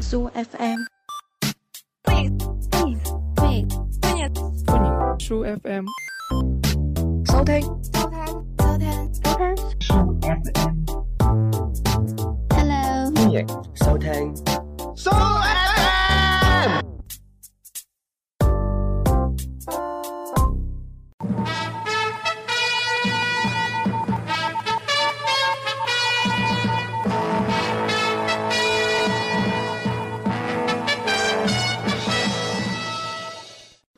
蘇 FM。 True FM。收聽，收聽，收聽， Hello，歡迎收聽。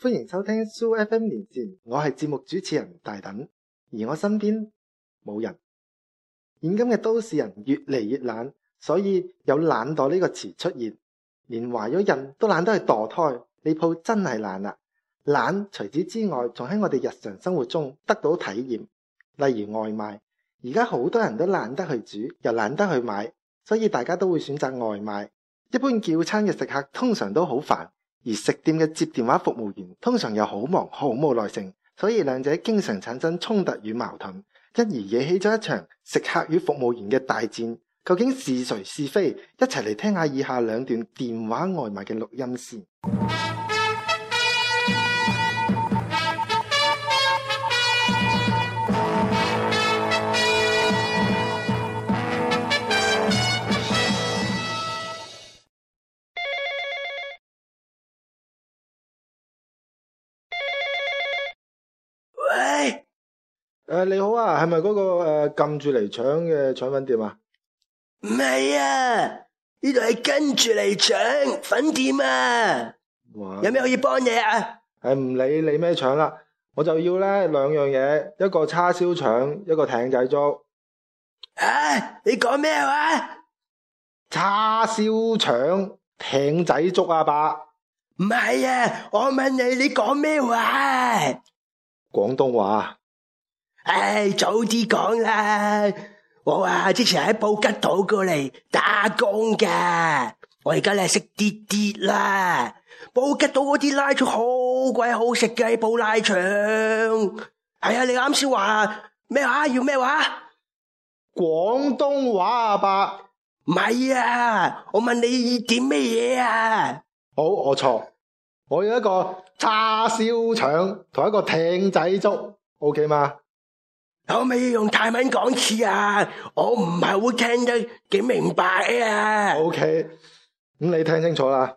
歡迎收聽 Soo FM 連線，我係節目主持人大等，而我身邊冇人。現今嘅都市人越嚟越懶，所以有懶惰呢個詞出現，連懷咗孕都懶得去墮胎，你鋪真係懶啦！懶除此之外，仲喺我哋日常生活中得到體驗，例如外賣，而家好多人都懶得去煮，又懶得去買，所以大家都會選擇外賣。一般叫餐嘅食客通常都好煩。而食店嘅接電話服務員通常又好忙，好冇耐性，所以兩者經常產生衝突與矛盾，因而惹起咗一場食客與服務員嘅大戰。究竟是誰是非？一齊嚟聽下以下兩段電話外賣嘅錄音先。喂，誒、你好啊，係咪嗰個誒撳住嚟搶嘅腸粉店啊？唔係啊，呢度係跟住嚟搶粉店啊，哇有咩可以幫你啊？誒唔理你咩腸啦，我就要咧兩樣嘢，一個叉燒腸，一個艇仔粥。啊，你講咩話？叉燒腸、艇仔粥啊，爸！唔係啊，我問你，你講咩話啊？廣東話。唉，早啲講啦！我啊，之前喺布吉島過嚟打工噶，我而家咧識啲啲啦。布吉島嗰啲拉腸好鬼好食嘅，布拉腸。係啊，你啱先話咩話？要咩話？廣東話啊，伯，唔係啊，我問你點咩嘢啊？好，我錯，我要一個叉燒腸同一個艇仔粥，OK 嗎？可唔可以用泰文講次啊？我唔係好聽得幾明白啊。 OK，咁你聽清楚啦，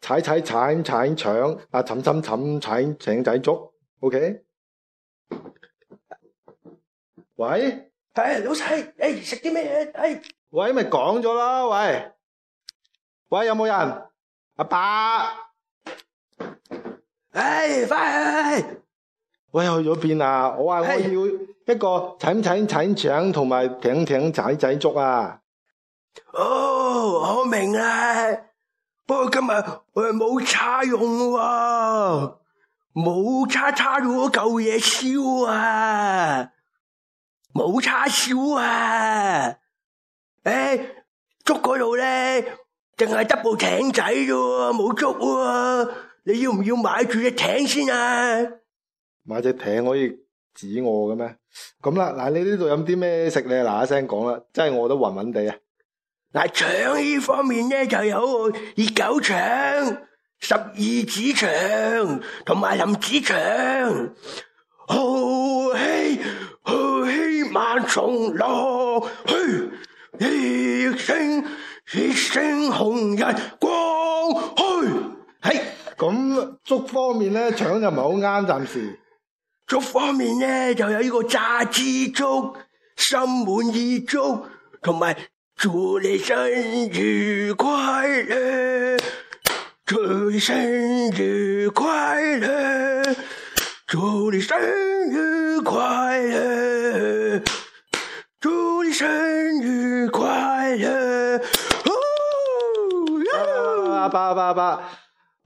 踩踩鏟鏟腸，啊，沉沉沉鏟艇仔粥，OK？喂唉，哎老細，誒食啲咩嘢？哎誒。喂，咪講咗啦，喂喂，有冇人？阿伯，唉，翻去喂，去咗邊啊？我話我要嘿一個鏟鏟鏟腸同埋艇艇仔仔粥啊！哦，我明啦。不過今日我係冇叉用喎、冇叉叉用嗰嚿嘢燒啊，冇叉燒啊。唉、粥嗰度咧，淨係得部艇仔啫喎，冇粥喎、你要唔要買住只艇先啊？買隻艇可以指我嘅咩？咁啦，嗱，你呢度有啲咩食你嗱嗱聲講啦，真係餓得暈暈地啊！嗱，腸呢方面咧就有熱狗腸、十二指腸同埋林子腸，浩氣浩氣萬重浪，噓熱星熱星紅日光，噓係。咁粥方面咧，腸就唔係好啱，暫時。粥方面咧就有呢個炸枝粥、心滿意足，同埋祝你生日快樂，祝你生日快樂，祝你生日快樂，祝你生日快樂。阿啊爸阿爸阿爸，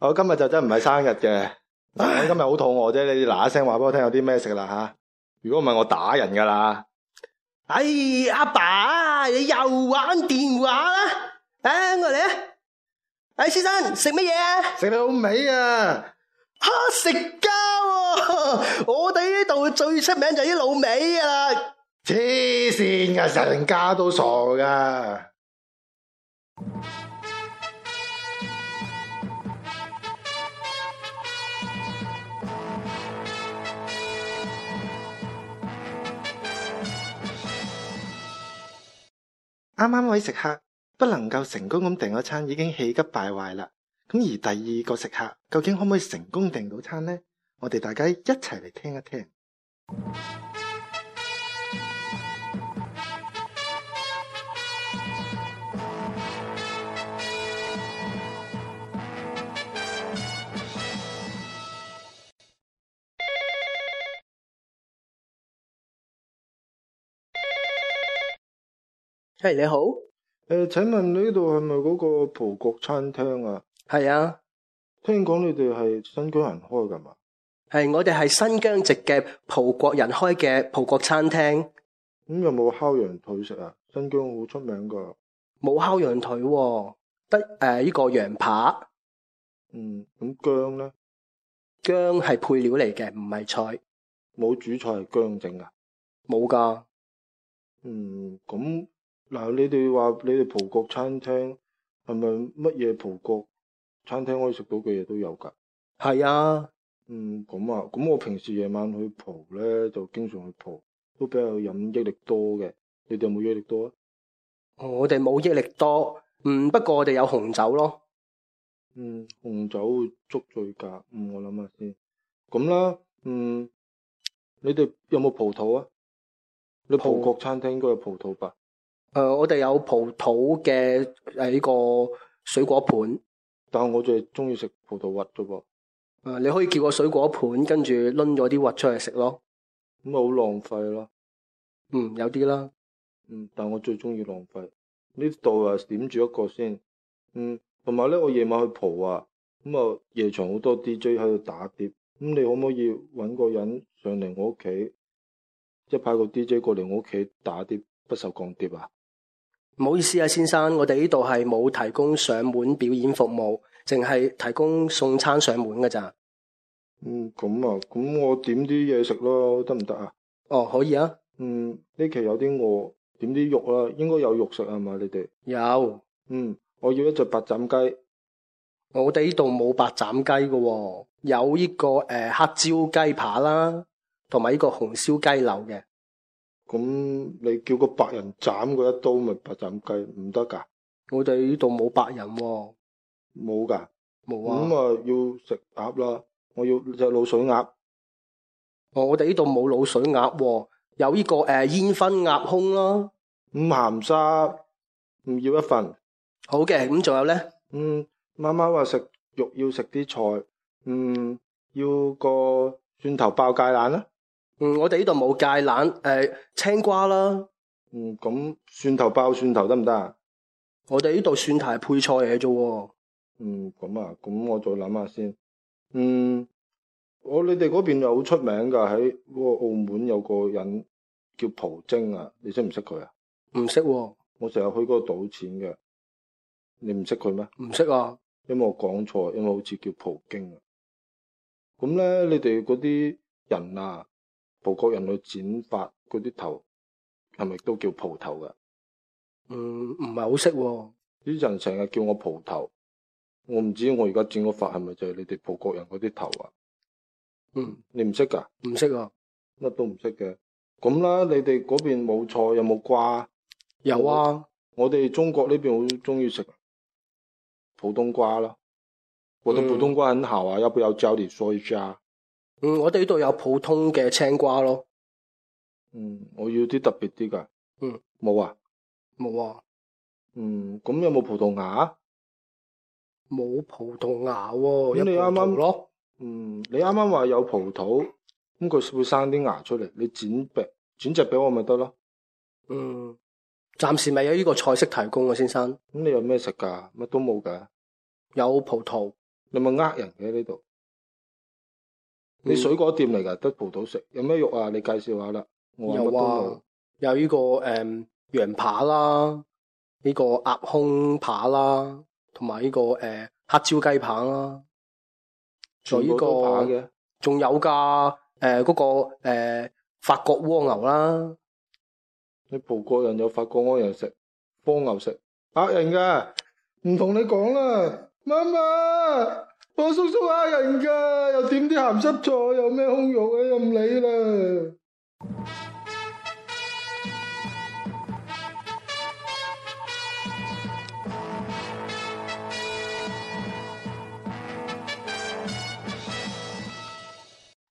我今日就真唔係生日嘅，我今日好肚餓啫，你嗱嗱聲話俾我聽有啲咩食啦吓。如果唔係我打人噶啦。哎，阿爸，你又玩電話啦？啊，我嚟啊！哎，先生食乜嘢啊？食你好味啊！哈，食家喎、我哋呢度最出名就係啲老味啊噶啦。黐線噶，成家都傻噶。啱啱位食客不能夠成功咁訂咗餐，已經氣急敗壞啦。咁而第二個食客究竟可唔可以成功訂到餐呢？我哋大家一齊嚟聽一聽。嘿，你好，誒、呃請問呢度係咪嗰個葡國餐廳啊？系啊，聽講你哋係新疆人開噶嘛？系我哋系新疆籍嘅葡国人开嘅葡国餐厅，咁有冇烤羊腿食啊？新疆好出名噶。冇烤羊腿、喎，得诶呢个羊扒，嗯，咁姜呢？姜系配料嚟嘅，唔系菜，冇主菜係姜整噶。冇噶。嗯，咁嗱，你哋話你哋葡國餐廳係咪乜嘢葡國餐廳可以食到嘅嘢都有㗎？系啊，嗯，咁啊，咁我平時夜晚去蒲咧，就經常去蒲，都比較飲益力多嘅。你哋有冇益力多啊？我哋冇益力多，嗯，不过我哋有红酒咯。嗯，紅酒會捉醉㗎。嗯，我諗下先。咁啦，嗯，你哋有冇葡萄啊？你葡葡國餐廳應該有葡萄吧？诶、呃我哋有葡萄嘅诶呢个水果盤，但係我就係中意食葡萄核啫噃，诶、呃你可以叫個水果盤，跟住攆咗啲核出嚟食咯。咁咪好浪費咯。嗯，有啲啦。嗯，但我最中意浪費呢度啊，點住一個先。嗯，同埋咧，我夜晚去蒲啊，咁啊夜場好多 DJ 喺度打碟，咁你可唔可以揾個人上嚟我屋企，即係派個 DJ 過嚟我屋企打碟，不鏽鋼碟啊？唔好意思啊，先生，我哋呢度係冇提供上門表演服務，淨係提供送餐上門噶咋。嗯，咁啊，咁我點啲嘢食咯，得唔得啊？哦，可以啊，嗯，呢期有啲餓，點啲肉啊啦，應該有肉食係嘛？你哋？有。嗯，我要一隻白斬雞。我哋呢度冇白斬雞噶、喎，有呢、個个呃黑椒雞扒啦，同埋呢個紅燒雞柳嘅。咁你叫個白人斬佢一刀咪白斬雞唔得㗎？我哋呢度冇白人、喎，冇㗎。咁冇啊。啊要食鴨啦，我要只滷水鴨。哦我哋呢度冇滷水鴨喎，有呢、個呃个诶烟熏鸭胸啦。五鹹沙唔要一份。好嘅，咁仲有呢？嗯，媽媽話食肉要食啲菜，嗯，要個蒜頭爆芥蘭啦。嗯，我哋呢度冇芥蘭，诶、青瓜啦。嗯，咁蒜頭爆蒜頭得唔得啊？我哋呢度蒜頭係配菜嚟嘅啫喎。嗯，咁啊，咁我再諗下先。嗯，我你哋嗰邊又好出名㗎，喺嗰個澳門有個人叫蒲精啊，你識唔識佢啊？唔識喎，我成日去嗰度賭錢嘅，你唔識佢咩？唔識啊！因為我講錯，因為好似叫葡京啊。咁咧，你哋嗰啲人啊，葡國人去剪髮嗰啲頭，係咪都叫葡頭噶？嗯，唔係好識喎。啲人成日叫我葡頭，我唔知我而家剪個髮係咪就係你哋葡國人嗰啲頭啊？嗯，你唔識㗎，唔識啊。乜都唔識嘅。咁啦，你哋嗰邊冇菜有冇瓜？有啊，我哋中國呢邊好中意食普冬瓜啦。我的嗯普冬瓜很好啊，要不要教你說一下？嗯，我哋呢度有普通嘅青瓜咯。嗯，我要啲特別啲噶。嗯，冇啊。冇啊，嗯，咁有冇葡萄牙？冇葡萄牙喎、咁有你啱啱葡萄咯。嗯，你啱啱話有葡萄，咁佢會生啲芽出嚟，你剪俾剪隻俾我咪得咯。嗯，暫時未有呢個菜式提供啊，先生。咁你有咩食㗎？乜都冇㗎，有葡萄，你咪呃人嘅呢度。你嗯水果店嚟㗎，得葡萄食，有咩肉啊？你介紹下啦。我話乜有都冇啊。，有呢、個诶、嗯羊扒啦，呢、個鴨胸扒啦，同埋呢個诶、黑椒雞扒啦，仲全有部呢、都扒個。嘅。仲有噶誒嗰個、呃、法國蝸牛啦，你葡國人有法國安人食，蝸牛食，呃人㗎，唔同你講啦，媽媽，我叔叔呃人㗎，又點啲鹹濕菜，有咩胸肉啊，又唔理啦。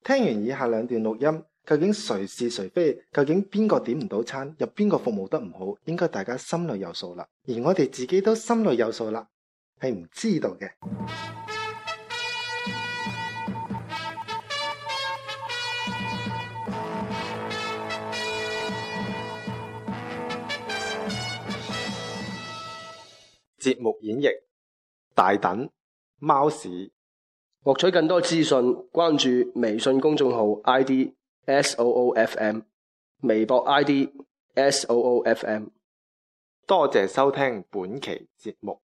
聽完以下兩段錄音，究竟誰是誰非，究竟邊個點唔到餐，又邊個服務得唔好，應該大家心裏有數啦。而我哋自己都心裏有數啦，係唔知道嘅。節目演繹：大等、貓屎。獲取更多資訊，關注微信公眾號 ID S O O F M，微博 ID S O O F M。多謝收聽本期節目。